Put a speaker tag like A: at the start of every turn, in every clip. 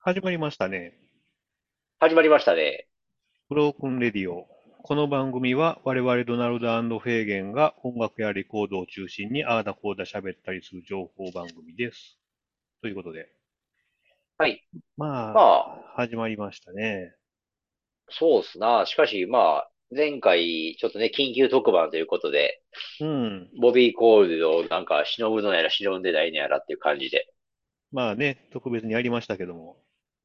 A: 始まりましたね。
B: 始まりましたね。
A: ブロークンレディオ。この番組は我々ドナルドフェーゲンが音楽やレコードを中心にああだこうだ喋ったりする情報番組です。ということで。
B: はい。
A: まあ、
B: まあ、
A: 始まりましたね。
B: そうっすな。しかし、まあ、前回、ちょっとね、緊急特番ということで、
A: うん。
B: ボビー・コールドをなんか、忍ぶのやら、忍んでないのやらっていう感じで。
A: まあね、特別にやりましたけども。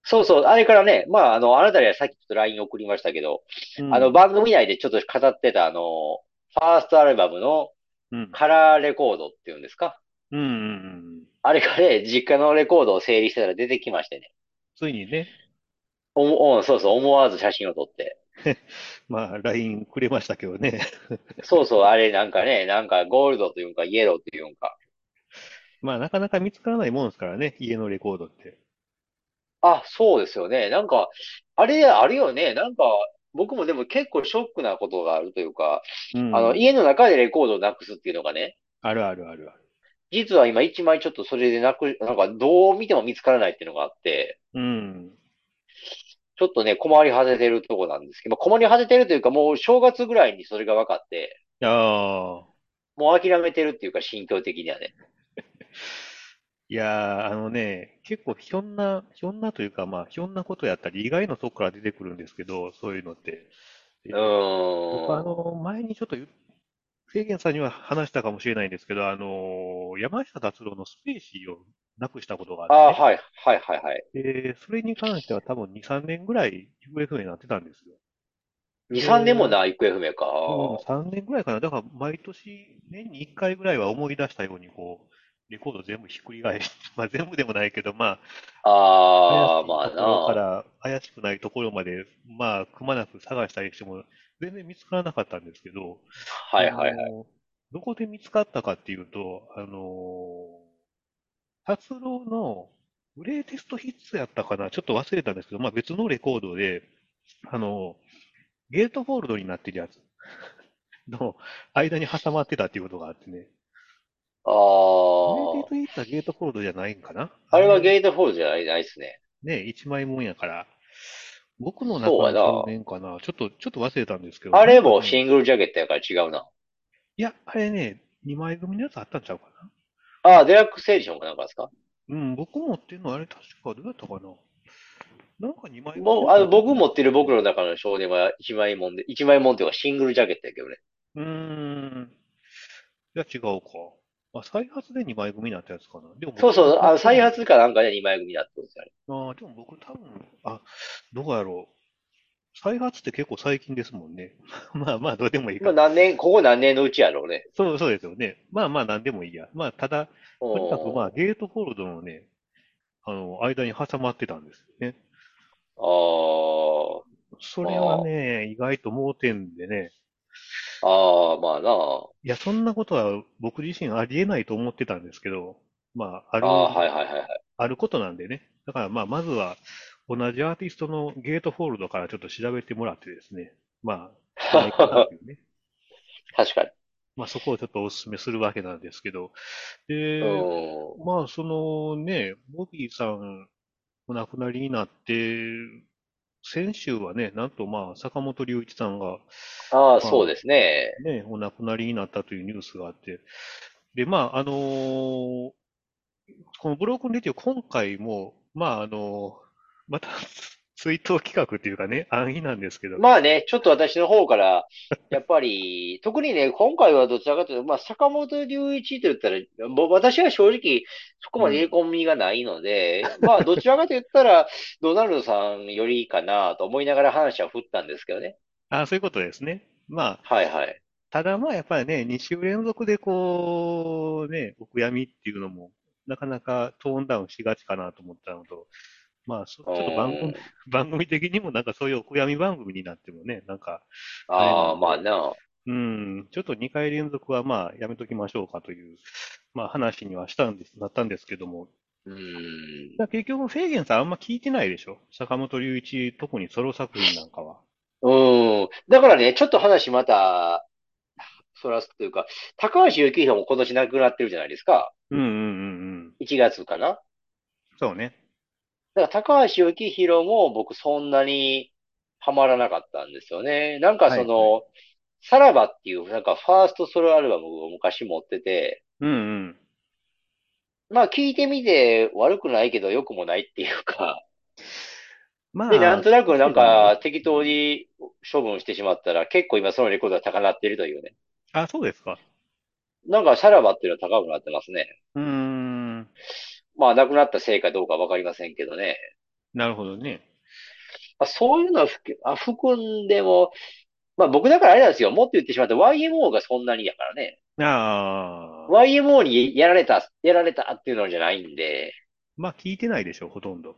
B: そうそう、あれからね、まあ、あの、あなたにはさっきちょっと LINE 送りましたけど、
A: うん
B: あの、番組内でちょっと語ってた、あの、ファーストアルバムの
A: うん。
B: カラーレコードっていうんですか
A: うんうんうん。
B: あれがね、実家のレコードを整理してたら出てきましてね。
A: ついにね、
B: おも、うんそうそう、思わず写真を撮って。
A: まあ、LINE くれましたけどね。
B: そうそう、あれなんかね、なんかゴールドというんか、イエローというんか。
A: まあ、なかなか見つからないもんですからね、家のレコードって。
B: あ、そうですよね。なんか、あれ、あるよね。なんか、僕もでも結構ショックなことがあるというか、
A: うん。
B: あの、家の中でレコードをなくすっていうのがね、
A: あるあるあるある。
B: 実は今一枚ちょっとそれでなく、なんかどう見ても見つからないっていうのがあって、
A: うん。
B: ちょっとね、困り果ててるとこなんですけど、まあ困り果ててるというか、もう正月ぐらいにそれが分かって、
A: ああ。
B: もう諦めてるっていうか、心境的にはね。
A: いやー、あのね、結構ひょんな、ひょんなというか、まあ、ひょんなことやったり、意外なとこから出てくるんですけど、そういうのって。
B: うー
A: 僕、あ
B: ん。
A: の、前にちょっと言う、制限さんには話したかもしれないんですけど、あの、山下達郎のスペーシーをなくしたことが
B: あ
A: あ
B: あ、
A: って
B: はい、はい、はい、はい。
A: ね、でそれに関しては多分2、3年ぐらい行方不明になってたんですよ。
B: 2、3年もな、行方不明か。
A: うん、3年ぐらいかな。だから、毎年、年に1回ぐらいは思い出したように、こう、レコード全部ひっくり返して、 まあ、全部でもないけど、まあ、
B: ああ、
A: 怪しい
B: まあ
A: ところか
B: な。
A: ら怪しくないところまで、まあ、くまなく探したりしても、全然見つからなかったんですけど、
B: はい、はい、はい。
A: あのどこで見つかったかっていうと、あの、達郎のグレーテストヒッツやったかな、ちょっと忘れたんですけど、まあ別のレコードで、あの、ゲートフォールドになってるやつ の間に挟まってたっていうことがあってね。
B: あ
A: グ
B: あ。
A: レーテストヒッツはゲートフォールドじゃないんかな
B: あれは
A: の
B: ゲートフォールじゃないないですね。
A: ね、一枚もんやから、僕の
B: そう
A: 中
B: やな
A: の少年かな、ちょっと、ちょっと忘れたんですけど、
B: あれ
A: なん
B: も
A: かね
B: シングルジャケットやから違うな。
A: いや、あれね、2枚組のやつあったんちゃうかな。
B: ああ、デラックスエディションかなんかですか
A: うん、僕持ってるのあれ確かどうやったかな。なんか2枚組
B: もう、あの、僕持ってる僕の中の少年は一枚もんで、一枚もんっていうかシングルジャケットやけどね。
A: うーん。いや、違うか。あ、再発で2枚組になったやつかな。でも僕
B: そうそう、あの、再発かなんかで二枚組だったんですよね。
A: あーでも僕多分、あ、どうやろう。再発って結構最近ですもんね。 まあまあ、どうでもいい
B: 今
A: か。
B: 何年、ここ何年のうちやろうね。
A: そう、そうですよね。まあまあ、なんでもいいや。まあ、ただ、とにかく、ま
B: あ
A: あ、ゲートフォールドのね、あの、間に挟まってたんですよね。
B: あー、
A: それはね、意外と盲点でね、
B: ああ、まあな。
A: いや、そんなことは僕自身ありえないと思ってたんですけど、まあ、あ
B: ああ、はい
A: る、
B: はいはいはい。
A: あることなんでね。だから、まあ、まずは、同じアーティストのゲートフォールドからちょっと調べてもらってですね、 まあ、ないかなっていうね。
B: 確かに。
A: まあ、そこをちょっとお勧めするわけなんですけど、で、
B: うん。
A: まあ、そのね、ボビーさん、お亡くなりになって、先週はね、なんとまあ、坂本龍一さんが
B: ああ、そうですね。
A: ね、お亡くなりになったというニュースがあって、で、まあ、あのーこのブロークンレディオ、今回も、まあ、あのーまた追悼企画というかね、安易なんですけど、
B: まあね、ちょっと私の方から、やっぱり、特にね、今回はどちらかというと、まあ、坂本龍一と言ったら、ぼ私は正直、そこまで入れ込みがないので、まあ、どちらかと言ったら、ドナルドさんよりいいかなと思いながら話は振ったんですけどね。
A: あ、そういうことですね。まあ、
B: はいはい。
A: ただまあやっぱりね、2週連続でこう、ね、お悔やみっていうのも、なかなかトーンダウンしがちかなと思ったのと、まあ、そちょっと番
B: う
A: 組
B: ん、
A: 番組的にもなんかそういうお悔やみ番組になってもね、なんか、
B: ああ、まあな。
A: うん、ちょっと2回連続はまあやめときましょうかという、まあ話にはしたんです、なったんですけども、
B: うん。
A: だから結局フェーゲンさんあんま聞いてないでしょ坂本龍一、特にソロ作品なんかは。
B: うん。だからね、ちょっと話また、そらすというか、高橋幸宏も今年亡くなってるじゃないですか。
A: うんうんうんうん。
B: 1月かな。
A: そうね。
B: だから高橋幸宏も僕そんなにハマらなかったんですよね。なんかそ
A: はい
B: の、さらばっていう、なんかファーストソロアルバムを昔持ってて、
A: うんうん。
B: まあ聞いてみて悪くないけど良くもないっていうか、
A: ま
B: で、
A: あ、
B: なんとなくなん
A: そう
B: か
A: で
B: 適当に処分してしまったら結構今そのレコードは高なってるというね。
A: すねあ、そうですか。
B: なんかさらばっていうのは高くなってますね。
A: うーん。
B: まあ、亡くなったせいかどうかわかりませんけどね。
A: なるほどね。
B: まあ、そういうのは含あ含んでも、まあ僕だからあれなんですよ。もっと言ってしまうと YMO がそんなにやからね。
A: ああ。
B: YMO にやられた、やられたっていうのじゃないんで。
A: まあ、聞いてないでしょ、ほとんど。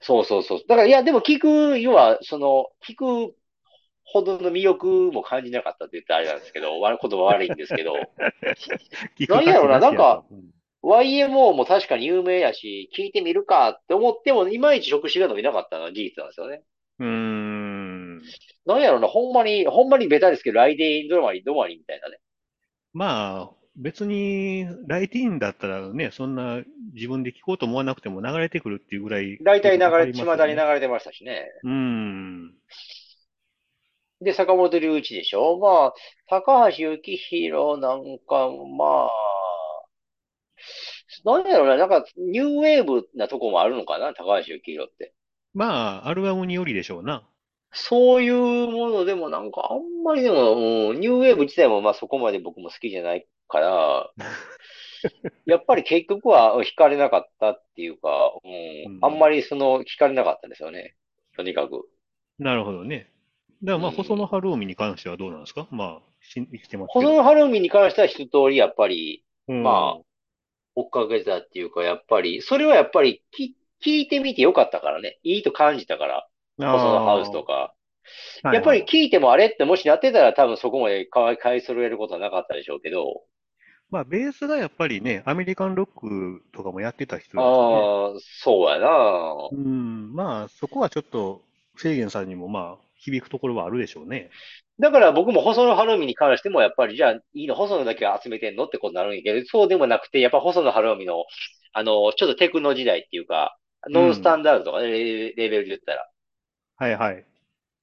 B: そうそうそう。だからいや、でも聞く、要は、その、聞くほどの魅力も感じなかったって言ったらあれなんですけど、悪い言葉悪いんですけど、
A: 聞く
B: なんやろな
A: 価値し
B: なんか
A: とうん
B: YMO も確かに有名やし、聞いてみるかって思っても、いまいち触手が伸びなかったのは事実なんですよね。
A: うーん。
B: なんやろな、ほんまに、ほんまにベタですけど、ライデインドラマにドマリみたいなね。
A: まあ、別に、ライティーンだったらね、そんな自分で聞こうと思わなくても流れてくるっていうぐらい。
B: 大体流れ、
A: ち
B: 巷に流れてましたしね。
A: うーん。
B: で、坂本龍一でしょまあ、高橋幸宏なんか、まあ、なんやろな、なんか、ニューウェーブなとこもあるのかな、高橋幸宏って。
A: まあ、アルバムによりでしょうな。
B: そういうものでもなんかあんまりでも、うんニューウェーブ自体もまあそこまで僕も好きじゃない から、やっぱり結局は惹かれなかったっていうか、う
A: うん
B: ん、あんまりその惹かれなかったんですよね。とにかく。
A: なるほどね。だからまあ、
B: うん
A: 細野晴臣に関してはどうなんですかまあ、し生きてますけ
B: この
A: ど。
B: ハルミに関しては一通りやっぱり
A: うん
B: まあ追っかけたっていうか、やっぱり、それはやっぱりき聞いてみてよかったからね。いいと感じたから、
A: あ
B: 細野
A: ー
B: ハウスとか。
A: はい
B: やっぱり
A: はい
B: 聞いてもあれってもしなってたら多分そこまで買い買い揃えることはなかったでしょうけど、
A: まあ、ベースがやっぱりね、アメリカンロックとかもやってた人ですね。
B: ああ、そうやな。
A: うん、まあ、そこはちょっと、フェーゲンさんにもまあ、響くところはあるでしょうね。
B: だから僕も細野晴臣に関しても、やっぱりじゃあ、いいの、細野だけ集めてんのってことになるんやけど、そうでもなくて、やっぱ細野晴臣の、あの、ちょっとテクノ時代っていうか、ノンスタンダードとかね、レレベルで言ったら。
A: はいはい。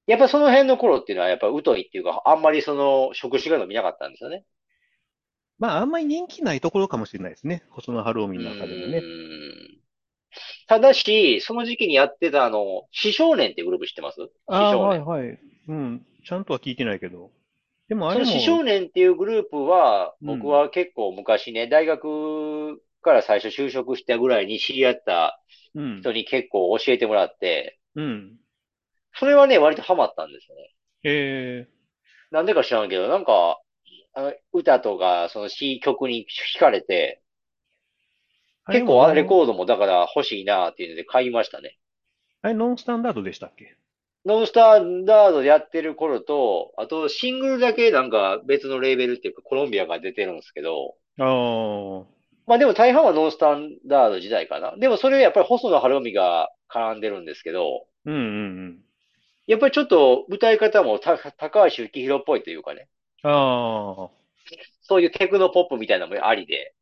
B: やっぱその辺の頃っていうのは、やっぱ疎いっていうか、あんまりその、職種が伸びなかったんですよね。
A: まあ、あんまり人気ないところかもしれないですね。細野晴臣の中でもね
B: う。んただし、その時期にやってたあの、死少年ってグループ知ってます死
A: ああ、
B: 少
A: は
B: 年
A: い。はい。うん。ちゃんとは聞いてないけど。でもあ
B: そ
A: れ
B: の
A: も、
B: 四少年っていうグループは、
A: うん
B: 僕は結構昔ね、大学から最初就職したぐらいに知り合った
A: うん。
B: 人に結構教えてもらって、
A: うん。
B: それはね、割とハマったんですよね。
A: え
B: なんでか知らんけど、なんか、あの歌とか、その詩曲に惹かれて、
A: ー、
B: 結構あ
A: あれ
B: レ
A: も
B: コードもだから欲しいなっていうので買いましたね。
A: あれノンスタンダードでしたっけ
B: ノンスタンダードでやってる頃と、あとシングルだけなんか別のレーベルっていうかコロンビアが出てるんですけど、
A: ああ。
B: まあでも大半はノンスタンダード時代かな。でもそれはやっぱり細野晴臣が絡んでるんですけど、
A: うんうんうん。
B: やっぱりちょっと歌い方もた高橋幸宏っぽいというかね、
A: ああ。
B: そういうテクノポップみたいなのもありで、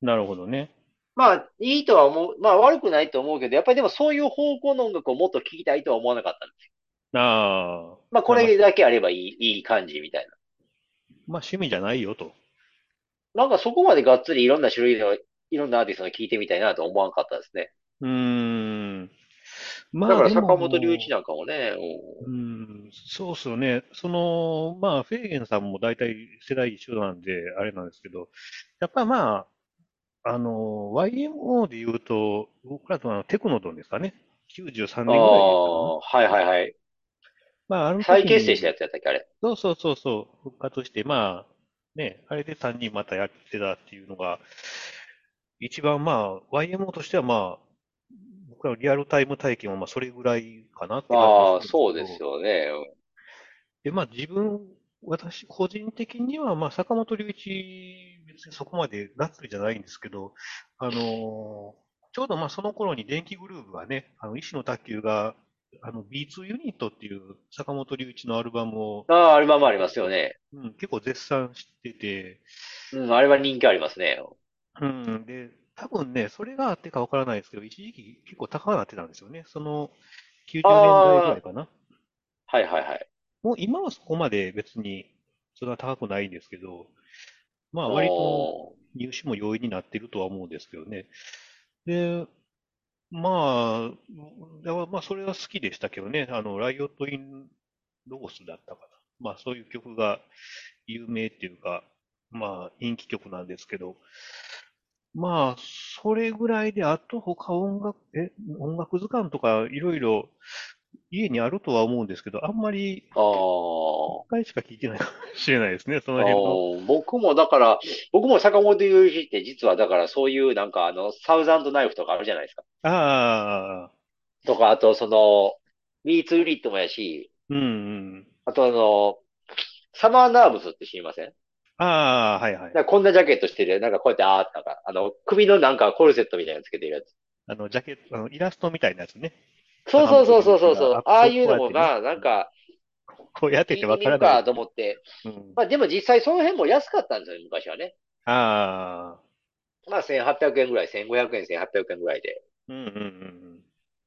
A: なるほどね。
B: まあいいとは思う、まあ悪くないと思うけど、やっぱりでもそういう方向の音楽をもっと聴きたいとは思わなかったんです。
A: ああ。
B: まあこれだけあればいい、いい感じみたいな。
A: まあ、趣味じゃないよと。
B: なんかそこまでがっつりいろんな種類の、いろんなアーティストの聴いてみたいなとは思わなかったですね。
A: うーん。ま
B: だ
A: あ、
B: から
A: で
B: 坂
A: も
B: 本龍一なんかもね、うん
A: うん、そうっすよね。その、まあ、フェーゲンさんも大体世代一緒なんで、あれなんですけど、やっぱまあ、あの、YMO で言うと、僕らとあのテクノドンですかね。93年ぐらいですかね。
B: ああ、はいはいはい。
A: まあ、あの
B: 再
A: 時
B: 結成した
A: に
B: やつやったっけ、あれ。
A: そうそうそうそう、復活して、まあ、ね、あれで3人またやってたっていうのが、一番まあ、YMO としてはまあ、僕らのリアルタイム体験はまあ、それぐらいかなって感じ
B: ああ、
A: がす
B: そう
A: るん
B: で
A: けど
B: すよね。
A: で、まあ自分、私、個人的には、まあ坂本龍一、別にそこまでがっつりじゃないんですけど、あのーちょうどまあその頃に電気グルーヴがね、あの、石野卓球が、あの、B2 ユニットっていう坂本龍一のアルバムを、
B: ああ、アルバムありますよね。
A: うん、結構絶賛してて、
B: うん、アルバム人気ありますね。
A: うん、で、多分ね、それがあってかわからないですけど、一時期結構高くなってたんですよね。その90年代ぐらいかな。
B: はいはいはい。
A: もう今はそこまで別にそれは高くないんですけど、まあ割と
B: おー
A: 入手も容易になってるとは思うんですけどね。で、まあ、だからまあそれは好きでしたけどね、あの、ライオット・イン・ロースだったかな。まあそういう曲が有名っていうか、まあ人気曲なんですけど、まあそれぐらいで、あと他音楽、え、音楽図鑑とかいろいろ家にあるとは思うんですけど、あんまり
B: あー
A: 一回しか聞いてないかもしれないですね、その
B: あ
A: 辺の。
B: ー僕もだから、僕も坂本龍一って実はだからそういうなんかあの、サウザンドナイフとかあるじゃないですか。
A: ああ、
B: とか、あとその、ミーツ・ウリットもやし、
A: うんうん。
B: あとあの、サマーナーブスって知りません
A: ああ、はいはい。
B: なんかこんなジャケットしてる、なんかこうやって、あーってなんか、あの、首のなんかコルセットみたいなのつけてるやつ。
A: あの、ジャケット、あの、イラストみたいなやつね。
B: そうそうそうそうそうそう。ああいうのも
A: ま
B: まあ、なんか、
A: こうやって
B: 聞い
A: て
B: て
A: わ
B: み
A: から
B: る
A: ない。
B: かと思って。
A: うん
B: まあでも実際その辺も安かったんですよね、昔はね。
A: ああ、
B: まあ1800円ぐらい、1500円、1800円ぐらいで。
A: うんうんうん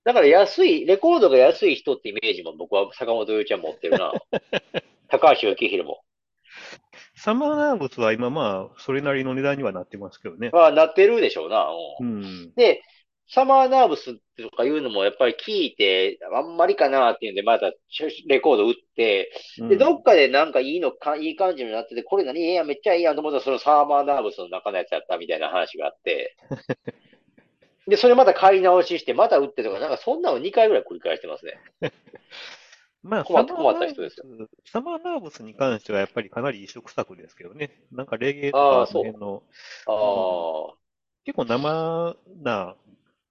B: だから安い、レコードが安い人ってイメージも僕は坂本龍一は持ってる な。高橋幸宏も。
A: サマーナーブスは今まあ、それなりの値段にはなってますけどね。
B: まあなってるでしょうな。う
A: うんん。
B: で、サマーナーブスとかいうのもやっぱり聞いて、あんまりかなっていうんで、またレコード売って、
A: う
B: で、
A: ん
B: どっかでなんかいいのか、いい感じになってて、これ何ええやん、めっちゃいいやんと思ったら、そのサーマーナーブスの中のやつやったみたいな話が あって。で、それまた買い直しして、また売ってとか、なんかそんなの2回ぐらい繰り返してますね。
A: まあ、
B: 困っ
A: サマー
B: 困った
A: ナー
B: 人
A: ブ
B: で
A: ス
B: す
A: サマーナーブスに関してはやっぱりかなり異色作ですけどね。なんかレゲエと
B: あ
A: か
B: あそう
A: あの辺の、
B: ああ。
A: 結構生な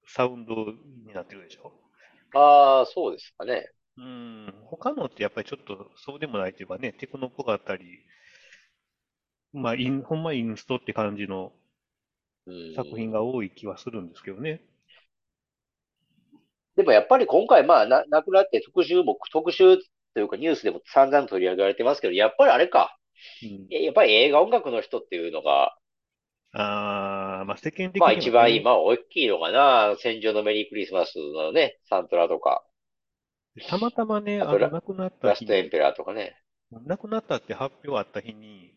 A: サウンドになってるでしょ。
B: ああ、そうですかね。
A: うん、他のってやっぱりちょっとそうでもないというかね、テクノっぽかったり、まあイン、ほんまインストって感じの
B: うん。
A: 作品が多い気はするんですけどね。
B: でもやっぱり今回、まあ、な、なくなって特集も、特集というかニュースでも散々取り上げられてますけど、やっぱりあれか。
A: うん、
B: ややっぱり映画音楽の人っていうのが、
A: ああ、まあ世間的
B: まあ
A: には
B: 一番
A: ね
B: 今大きいのかな。戦場のメリークリスマスのね、サントラとか、
A: たまたまね、
B: あ
A: あ
B: と
A: の、
B: ラ
A: 亡くなった
B: ラ
A: 日
B: ストエン
A: に、
B: ペラーとかね。
A: 亡くなったって発表あった日に、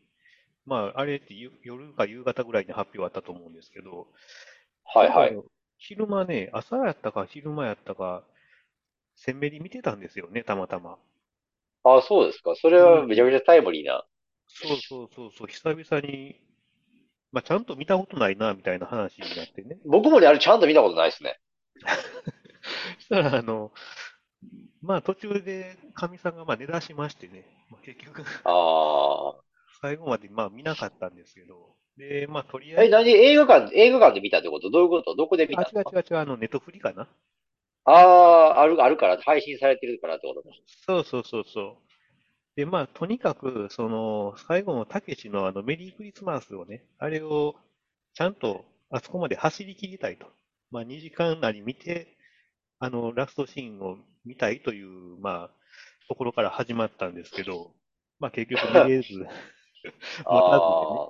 A: まあ、あれってゆ夜か夕方ぐらいに発表あったと思うんですけど、
B: はいはい。。
A: 昼間ね、朝やったか昼間やったか、せんべり見てたんですよね、たまたま。
B: ああ、そうですか。それはめちゃめちゃタイムリーな。
A: そうそうそうそう、久々に、まあ、ちゃんと見たことないな、みたいな話になってね。
B: 僕もね、あれちゃんと見たことないですね。
A: そしたら、あの、まあ、途中で、かみさんが、まあ、寝出しましてね、まあ、結局、
B: あ
A: 最後まで、まあ、見なかったんですけど、で、まあ、とり
B: あ。
A: あ
B: え、
A: えず、
B: 何映画館、映画館で見たってことどういうことどこで見
A: あ、
B: た
A: 違う違う違う、あの、ネットフリかな
B: ああ、ある、あるから、配信されてるからってことか
A: そうそうそうそう。で、まあ、とにかく、その、最後のたけしのあの、メリークリスマスをね、あれを、ちゃんと、あそこまで走り切りたいと。まあ、2時間なり見て、あの、ラストシーンを見たいという、まあ、ところから始まったんですけど、まあ、結局見れず、持 たずでね。
B: ああ。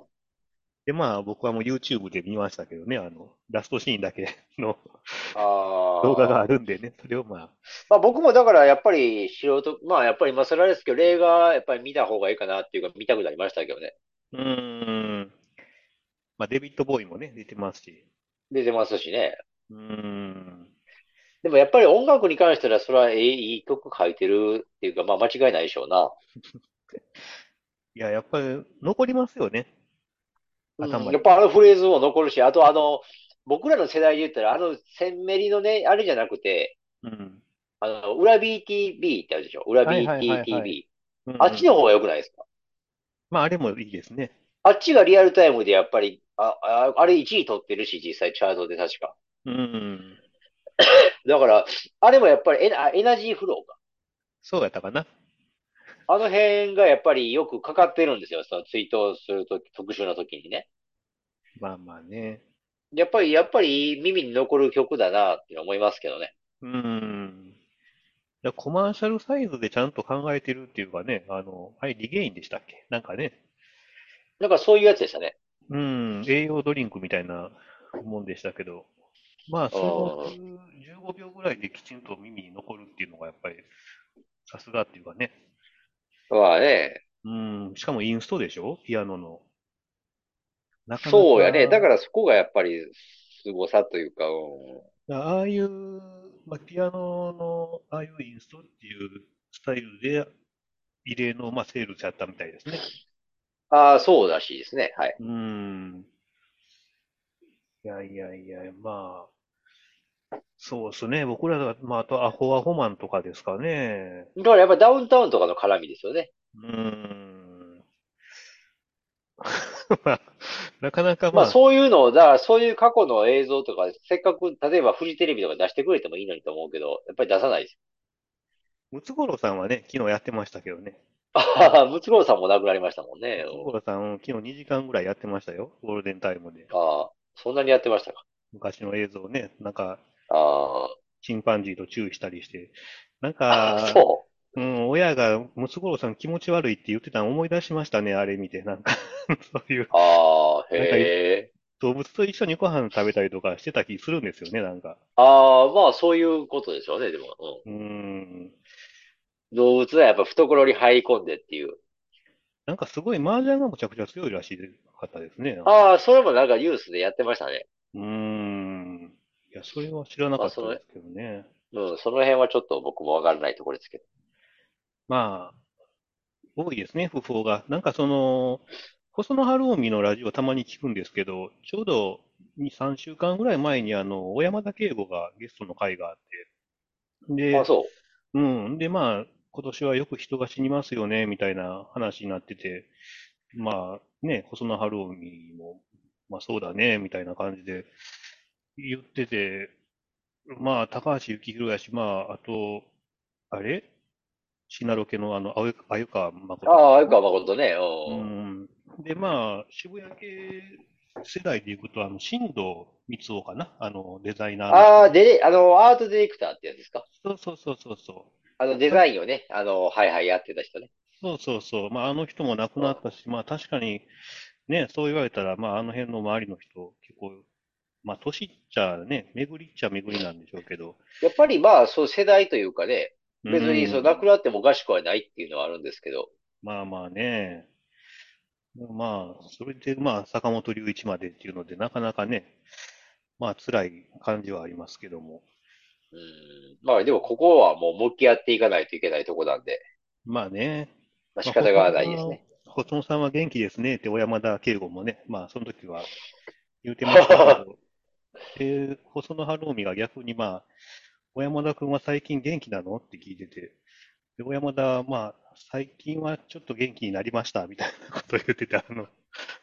A: で、まあ、僕はもう YouTube で見ましたけどね、あの、ラストシーンだけの
B: ああ。
A: 動画があるんでね、それをまあ、
B: まあ僕もだからやっぱり素人、まあやっぱり今更ですけど、映画やっぱり見た方がいいかなっていうか見たくなりましたけどね。
A: うーん、まあ、デビッド・ボーイもね、出てますし、
B: 出てますしね。
A: うーん。
B: でもやっぱり音楽に関してはそれはええいい曲書いてるっていうか、まあ間違いないでしょうな。
A: いや、やっぱり残りますよね。
B: うん
A: 頭に
B: やっぱあのフレーズも残るし、あとあの、僕らの世代で言ったら、あの、センメリのね、あれじゃなくて、
A: うん。
B: あの、裏 BTB ってあるでしょ裏
A: はいはいはいはい
B: BTTB。
A: うんうん
B: あっちの方が良くないですか
A: まあ、あれもいいですね。
B: あっちがリアルタイムでやっぱり、あ、ああれ1位取ってるし、実際チャートで確か。
A: うん。
B: だから、あれもやっぱりエナ、あエナジーフローか。
A: そうやったかな。
B: あの辺がやっぱりよくかかってるんですよ。その追悼するとき、特集の時にね。
A: まあまあね。
B: やっぱり、やっぱり耳に残る曲だなって思いますけどね。
A: うん。だからコマーシャルサイズでちゃんと考えてるっていうかね、あの、あれ、リゲインでしたっけなんかね。
B: なんかそういうやつでしたね。
A: うん、栄養ドリンクみたいなもんでしたけど、まあ、その15秒ぐらいできちんと耳に残るっていうのが、やっぱり、さすがっていうかね。
B: まあね、
A: うん、しかもインストでしょピアノの。なかな、
B: そうやね。だかららそこがやっぱり凄さというか、うん
A: ああいう、まあ、ピアノの、ああいうインストっていうスタイルで、異例の、まあ、セールスやったみたいですね。
B: ああ、そうらしいですね。はい。
A: うん。いやいやいや、まあ、そうですね。僕らが、まあ、あと、アホアホマンとかですかね。
B: だからやっぱダウンタウンとかの絡みですよね。
A: うん。 まあ、なかなか
B: ま
A: ま
B: あ
A: あ、
B: そういうのを、だからそういう過去の映像とか、せっかく、例えばフジテレビとか出してくれてもいいのにと思うけど、やっぱり出さないです。
A: ムツゴロウさんはね、昨日やってましたけどね。
B: ああ、ムツゴロウさんも亡くなりましたもんね。
A: ムツゴロウさん、昨日2時間ぐらいやってましたよ。ゴールデンタイムで。
B: ああ、そんなにやってましたか。
A: 昔の映像をね、なんか、
B: あ
A: チンパンジーと注意したりして。なん
B: あ、あ
A: か、
B: そ
A: うん、親がムツゴロウさん気持ち悪いって言ってたの思い出しましたね、あれ見て。なんか、 そういう
B: う。ああ、
A: なんか
B: へえ。
A: 動物と一緒にご飯食べたりとかしてた気するんですよね、なんか。
B: ああ、まあそういうことでしょうね、でも。うん
A: うーん。
B: 動物はやっぱ懐に入り込んでっていう。
A: なんかすごい麻雀がむちゃくちゃ強いらしいかったですね。なんか
B: ああ、それもなんかニュースでやってましたね。
A: うーん。いや、それは知らなかったですけどね。
B: うん、その辺はちょっと僕もわからないところですけど。
A: まあ、多いですね、不法が。なんかその、細野晴臣のラジオたまに聞くんですけど、ちょうど2、3週間ぐらい前に、あの、小山田圭吾がゲストの会があって、で
B: あ、、そう。
A: うん。で、まあ、今年はよく人が死にますよね、みたいな話になってて、まあ、ね、細野晴臣も、まあそうだね、みたいな感じで言ってて、まあ、高橋幸宏やし、まあ、あと、あれシナロケのあの、あゆ鮎川誠
B: ああ、鮎川誠ね。
A: う
B: うん。
A: ん。で、まあ、渋谷系世代でいくと、あの、新藤光雄かなあの、デザイナーの
B: ああ、で、あの、アートディレクターってやつですか。
A: そうそうそうそうそう。
B: あの、デザインをね、あの、はいはいやってた人ね。
A: そうそうそう、まあ、あの人も亡くなったし、まあ、確かに、ね、そう言われたら、まあ、あの辺の周りの人、結構、まあ、年っちゃね、巡りっちゃ巡りなんでしょうけど、
B: やっぱりまあ、そう世代というかね、別にそう、
A: ん、
B: 亡くなってもおかしくはないっていうのはあるんですけど。
A: まあまあね、まあ、それで、まあ、坂本龍一までっていうので、なかなかね、まあ、辛い感じはありますけども、
B: うん。まあ、でもここはもう向き合っていかないといけないとこなんで、
A: まあね、
B: ま
A: まあ
B: あ、仕方がないですね。。
A: 細野さん細野さんは元気ですねって、小山田圭吾もね、まあ、その時は言うてましたけど、 で、細野晴臣が逆に、まあ、小山田君は最近元気なのって聞いてて、で、小山田は、まあ、最近はちょっと元気になりました、みたいなことを言ってて、あの、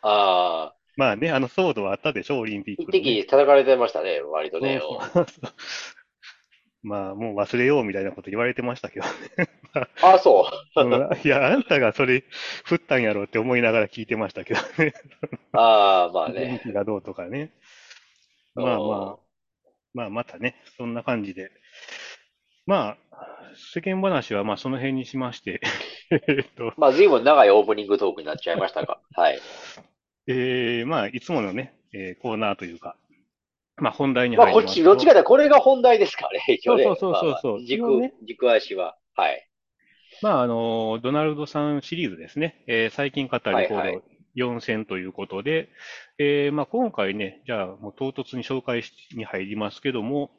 B: ああ、
A: まあね、あの騒動あったでしょ、オリンピッ
B: 一
A: クの
B: 時
A: ね。
B: 叩かれてましたね、割とね。
A: そうそうそうまあ、もう忘れようみたいなこと言われてましたけどね。
B: ああ、そう。
A: うんいや、あんたがそれ振ったんやろって思いながら聞いてましたけどね。
B: ああ、まあ
A: 天
B: ね。
A: 気がどうとかね。まあまあ
B: あ、
A: まあまたね、そんな感じで。まあ、世間話はまあその辺にしまして、 えーっと、
B: まあ、随分長いオープニングトークになっちゃいましたが。はい。
A: えー、まあいつものね、えーコーナーというか、まあ本題に
B: まあ、
A: 入
B: こ
A: り
B: っ
A: ます
B: ち、どっちか
A: と、
B: だ、これが本題ですからね、今日ね。
A: そうそうそうそう
B: まあまあ
A: そう
B: 軸
A: 一応ね、
B: 軸足は。はい。
A: まああの、ドナルドさんシリーズですね、えー最近買ったレコード
B: はいはい
A: 4選ということで、えーまあ今回ね、じゃあもう唐突に紹介しに入りますけども、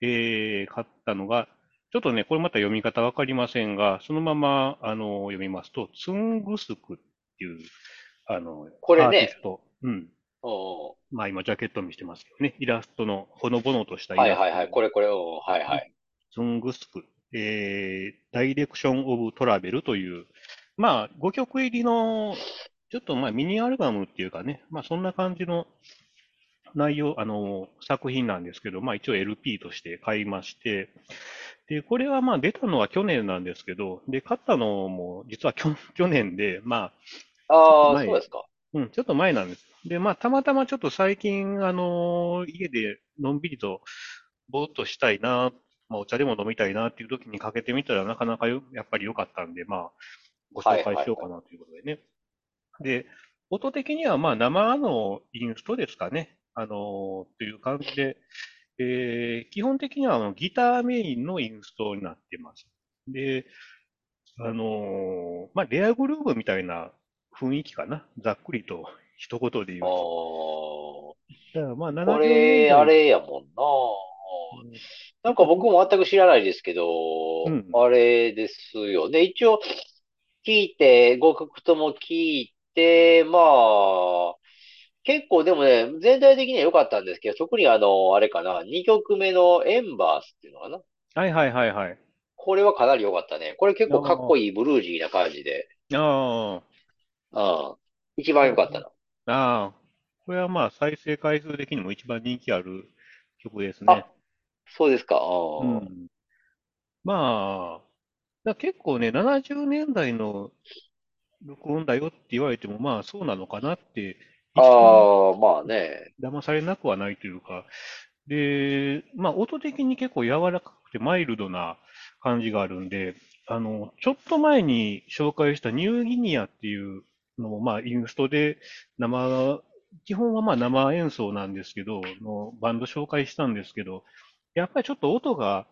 A: えー買ったのが、ちょっとね、これまた読み方わかりませんが、そのまま、あの、読みますと、ツングスクっていう、あの、
B: これね
A: アーティスト。うん。
B: お
A: まあ今、ジャケット見してますけどね、イラストの、ほのぼのとしたイ
B: はい
A: ラス
B: は
A: ト
B: いはい。これこれ、おはいはい。
A: ツングスク、えー、ダイレクション・オブ・トラベルという、まあ、5曲入りの、ちょっとまあミニアルバムっていうかね、まあそんな感じの内容、あの、作品なんですけど、まあ一応 LP として買いまして、で、これはまあ出たのは去年なんですけど、で、買ったのも実はきょ去年で、まあ、
B: ああ、
A: 前
B: そうですか。
A: うん、ちょっと前なんです。で、まあ、たまたまちょっと最近、あのー家でのんびりと、ぼーっとしたいな、まあ、お茶でも飲みたいなっていう時にかけてみたら、なかなかよ、やっぱり良かったんで、まあ、ご紹介しようかなということでね。で、音的には、まあ、生のインストですかね。あのーという感じで、えー基本的にはあのギターメインのインストになってます。で、あのーまあ、レアグルーブみたいな雰囲気かな。ざっくりと一言で言う
B: ああ。
A: と。だからまあ、
B: こ
A: 70年
B: れ、
A: 代
B: あれやもんな。なんか僕も全く知らないですけど、
A: うん
B: あれですよね。一応、聞いて、合格とも聞いて、まあ、結構でもね、全体的には良かったんですけど、特にあの、あれかな、2曲目のエンバースっていうのかな。
A: はいはいはいはい。
B: これはかなり良かったね。これ結構かっこいいブルージーな感じで。
A: あ
B: うん。一番良かったな。
A: あ、ああ。これはまあ、再生回数的にも一番人気ある曲ですね
B: あ。そうですか。
A: う
B: うん。
A: ん。まあ、だから結構ね、70年代の録音だよって言われても、まあそうなのかなって、一
B: あ
A: 番
B: あ、まあね。
A: 騙されなくはないというか、で、まあ音的に結構柔らかくてマイルドな感じがあるんで、あの、ちょっと前に紹介したニューギニアっていうのも、まあインストで生、基本はまあ生演奏なんですけど、のバンド紹介したんですけど、やっぱりちょっと音が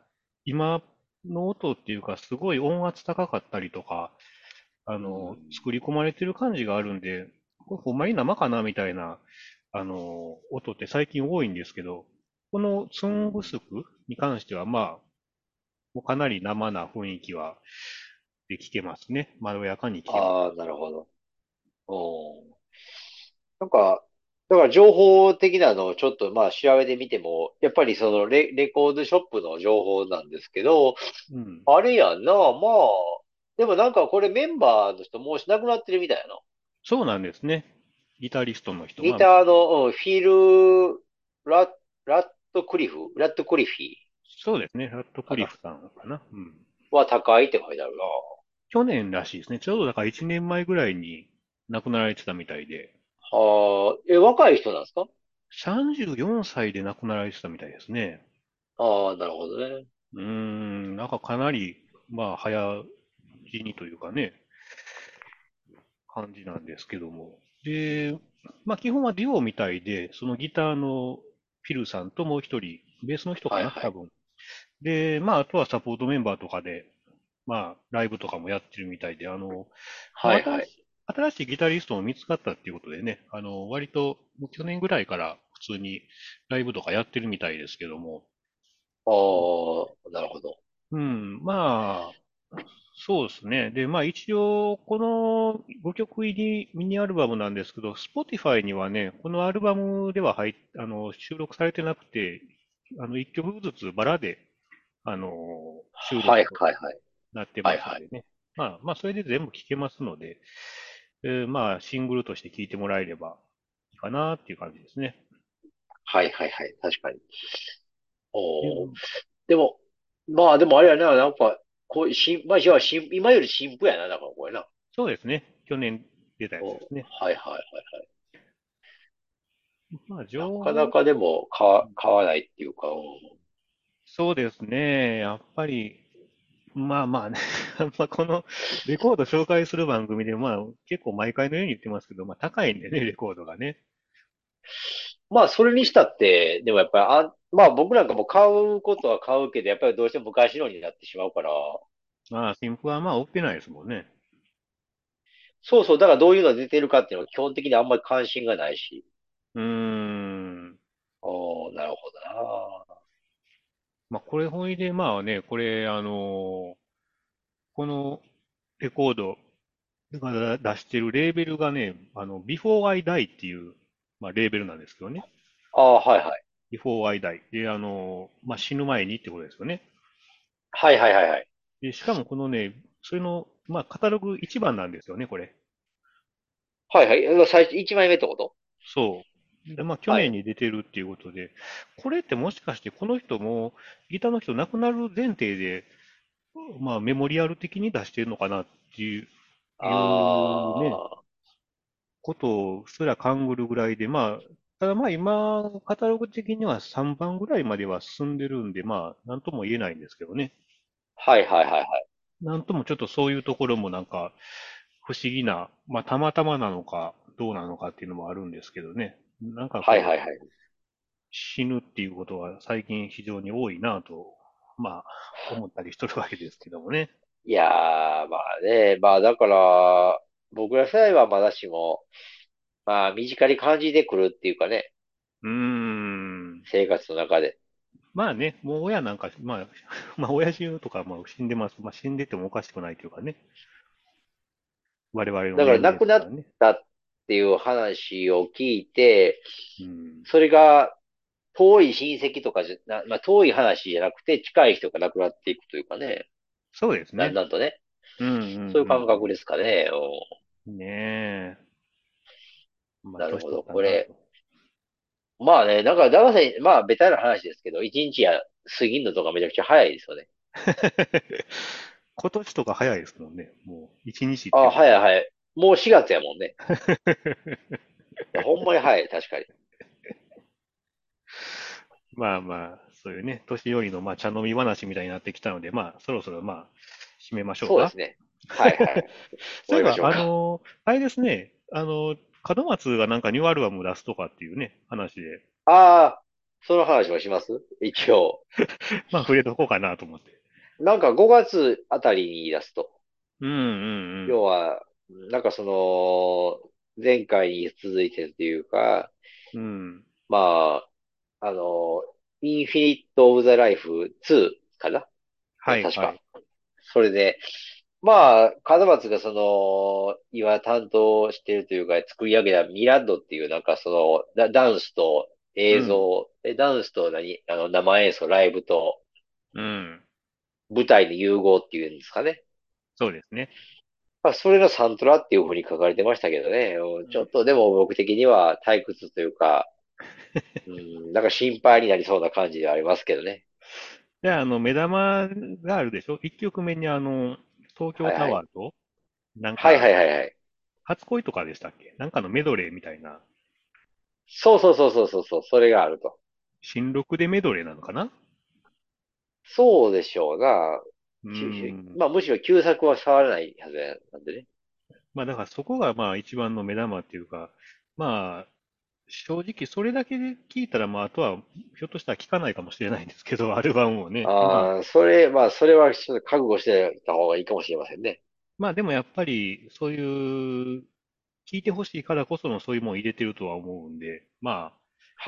A: 今の音っていうか、すごい音圧高かったりとか、あの、
B: うん
A: 作り込まれてる感じがあるんで、これほんまに生かなみたいな、あの、音って最近多いんですけど、このツングスクに関しては、まあ、もうかなり生な雰囲気は、で聞けますね。まろやかに聞けま
B: ああ、なるほど。うん。なんか、だから情報的なのをちょっとまあ調べてみても、やっぱりそのレ、レコードショップの情報なんですけど、
A: す。うん。
B: あれやんな、まあ、でもなんかこれメンバーの人もうしなくなってるみたいな。
A: そうなんですね。ギタリストの人
B: ギ
A: が。
B: ターの、うん、フィル、ラッ、ラットクリフ、ラットクリフィ
A: そうですね。ラットクリフさんかな。うん。
B: は高いって書いてあるな。
A: 去年らしいですね。ちょうどだから1年前ぐらいに亡くなられてたみたいで、
B: ああ、え、若い人なんですか
A: 34歳で亡くなられてたみたいですね。
B: ああ、なるほどね。
A: うーん、なんかかなり、まあ、早死にというかね、感じなんですけども。で、まあ、基本はデュオみたいで、そのギターのフィルさんともう一人、ベースの人かな、
B: はいはい
A: 多分。で、まあ、あとはサポートメンバーとかで、まあ、ライブとかもやってるみたいで、あの、
B: はいはい。
A: 新しいギタリストも見つかったっていうことでね、あの、割ともう去年ぐらいから普通にライブとかやってるみたいですけども、
B: ああ、なるほど。
A: うん、まあ、そうですね。で、まあ一応、この5曲入りミニアルバムなんですけど、Spotify にはね、このアルバムでは入っあの収録されてなくて、あの1曲ずつバラで、あの、収録
B: はいはいはい。
A: なってますのでね。まあ、まあ、それで全部聴けますので、えーまあ、シングルとして聴いてもらえればいいかなっていう感じですね。
B: はいはいはい。確かに。おお。
A: うん
B: でも、まあでもあれやな、なんか、こういう新、まあ、要は新今より新譜やな、だからこれな。
A: そうですね。去年出たやつですね。
B: はいはいはいはい。
A: まあ、
B: な
A: 情
B: かなかでも買わ、買わないっていうか、うん
A: そうですね。やっぱり、まあまあね、 まあこのレコード紹介する番組で、まあ結構毎回のように言ってますけど、まあ高いんでね、レコードがね。
B: まあ、それにしたって、でもやっぱり、あ、まあ僕なんかも買うことは買うけど、やっぱりどうしても昔のになってしまうから、
A: まあ、新譜はまあ追ってないですもんね。
B: そうそう、だからどういうのが出てるかっていうのは基本的にあんまり関心がないし。
A: うーん。
B: おお、なるほ
A: まあ、これほいで、まあね、これ、あのーこのレコードが出してるレーベルがね、あの、Before I Die っていう、まあ、レーベルなんですけどね。
B: どな。ああ、はいはい。
A: Before I Die。で、あのーまあ、死ぬ前にってことですよね。
B: はいはいはいはい。
A: で、しかもこのね、それの、まあ、カタログ1番なんですよね、これ。
B: はいはい。え最初、1枚目ってこと
A: そう。で、まあ、去年に出てるっていうことで、これってもしかしてこの人も、ギターの人亡くなる前提で、まあ、メモリアル的に出してるのかなっていう
B: ああ、
A: ねことすら勘ぐるぐらいで、まあ、ただまあ今、カタログ的には3番ぐらいまでは進んでるんで、まあ、なんとも言えないんですけどね。
B: はいはいはいはい。
A: なんともちょっとそういうところもなんか、不思議な、まあ、たまたまなのか、どうなのかっていうのもあるんですけどね。なんかこう
B: はいはいはい。
A: 死ぬっていうことは最近非常に多いなと、まあ、思ったりしとるわけですけどもね。
B: いやー、まあね、まあだから、僕ら世代はまだしも、まあ身近に感じてくるっていうかね、
A: うーん。
B: 生活の中で。
A: まあね、もう親なんか、まあ、 まあ、親父とかも死んでます。まあ、死んでてもおかしくないというかね。我々の
B: だから
A: 年齢ですらね。
B: だっていう話を聞いて、
A: うん。
B: それが遠い親戚とかじゃな、まあ遠い話じゃなくて近い人が亡くなっていくというかね、
A: そうです
B: だ
A: ね
B: ん。だんとね、
A: うんうんうん
B: そういう感覚ですかね。うん
A: ねえ。まあ
B: なるほど
A: 年取ったな
B: これまあね、だから、だからねまあベタな話ですけど、一日や過ぎるのとかめちゃくちゃ早いですよね。
A: と 今年とか早いですもんね。もう、一日って。
B: ああ、早い早い。もう4月やも んね。いやほんまに早い、確かに。
A: まあまあ、そういうね、年寄りのまあ茶飲み話みたいになってきたので、まあ、そろそろまあ、締めましょう
B: そうで
A: か。
B: すね。はいはい。
A: そういえば、
B: 終わりましょう
A: あ
B: か
A: の、あれですね、あの、門松がなんかニューアルバム出すとかっていうね、話で、
B: ああ、その話もします一応。
A: まあ、触れとこうかなと思って。
B: なんか5月あたりに出すと。
A: うんうんうん。
B: 要は、なんかその、前回に続いてるというか、
A: うん。
B: まあ、あの、インフィニット・オブ・ザ・ライフ2かな
A: はい
B: 確
A: は
B: か
A: い。。
B: それで、まあ、門松がその、今担当してるというか、作り上げたミラッドっていう、なんかその、ダダンスと映像、えダンスと何、あの、生演奏、ライブと
A: うん。
B: 舞台の融合っていうんですかね。
A: そうですね。
B: まあ、それがサントラっていうふうに書かれてましたけどね。ちょっとでも僕的には退屈という か、うん、なんか心配になりそうな感じではありますけどね。
A: で、あの、目玉があるでしょ ?1 曲目にあの、東京タワーと、なんか、
B: はいはいはいはい。
A: 初恋とかでしたっけなんかのメドレーみたいな、
B: そうそうそうそうそうそう、それがあると。
A: 新録でメドレーなのかな
B: そうでしょうな。
A: う
B: 旧作
A: ん。
B: まあ、むしろ旧作は触らないはずなんでね。
A: まあだからそこがまあ一番の目玉っていうか、まあ正直それだけで聞いたらまああとはひょっとしたら聞かないかもしれないんですけど、アルバムをね。まあ、
B: ああ、それ、まあ、それはちょっと覚悟しておいた方がいいかもしれませんね。
A: まあでもやっぱりそういう、聞いてほしいからこそのそういうもん入れてるとは思うんで、まあ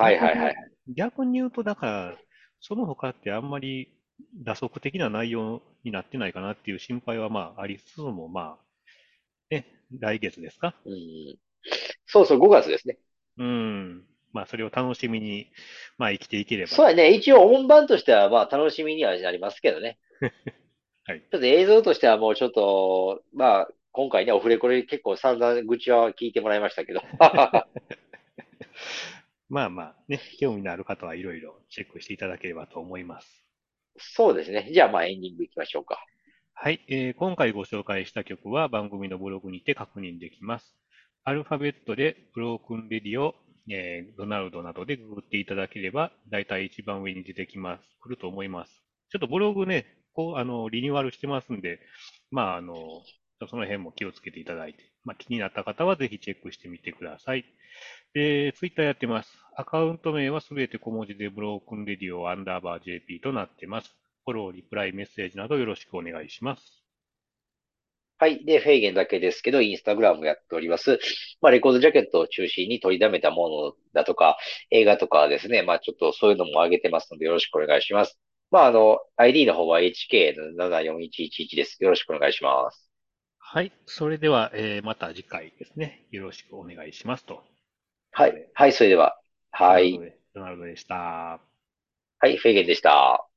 B: はいはいはい。
A: 逆に言うとだから、その他ってあんまり打足的な内容になってないかなっていう心配はまあありつつもまあ、ね、来月ですか
B: うん。そうそう、5月ですね。
A: うん。まあ、それを楽しみに、まあ、生きていければ。
B: そうやね。一応本番としては、まあ、楽しみにはなりますけどね。
A: はい
B: ちょっと映像としてはもうちょっと、まあ、今回ね、オフレコで結構散々愚痴は聞いてもらいました けど。
A: まあまあ、ね、興味のある方はいろいろチェックしていただければと思います。
B: そうですね。じゃあ、まあ、エンディングいきましょうか。
A: はい、えー今回ご紹介した曲は番組のブログにて確認できます。アルファベットでブロークンレディオ、えードナルドなどでググっていただければ、だいたい一番上に出てきます。来ると思います。ちょっとブログね、こう、あの、リニューアルしてますんで、まあ、あの、ちょっとその辺も気をつけていただいて、まあ、気になった方はぜひチェックしてみてください。で、ツイッターやってます。アカウント名はすべて小文字でブロークンレディオアンダーバー JP となってます。フォロー、リプライ、メッセージなどよろしくお願いします。
B: はい。で、フェイゲンだけですけど、インスタグラムやっております。まあ、レコードジャケットを中心に取りだめたものだとか、映画とかですね、まあ、ちょっとそういうのも上げてますので、よろしくお願いします。まあ、あの、ID の方は HK741111 です。よろしくお願いします。
A: はい。それでは、えーまた次回ですね。よろしくお願いしますと。
B: はい。はい、それでは。は
A: ドナル
B: い。
A: ドで。ドナルドでした。
B: はい、フェイゲンでした。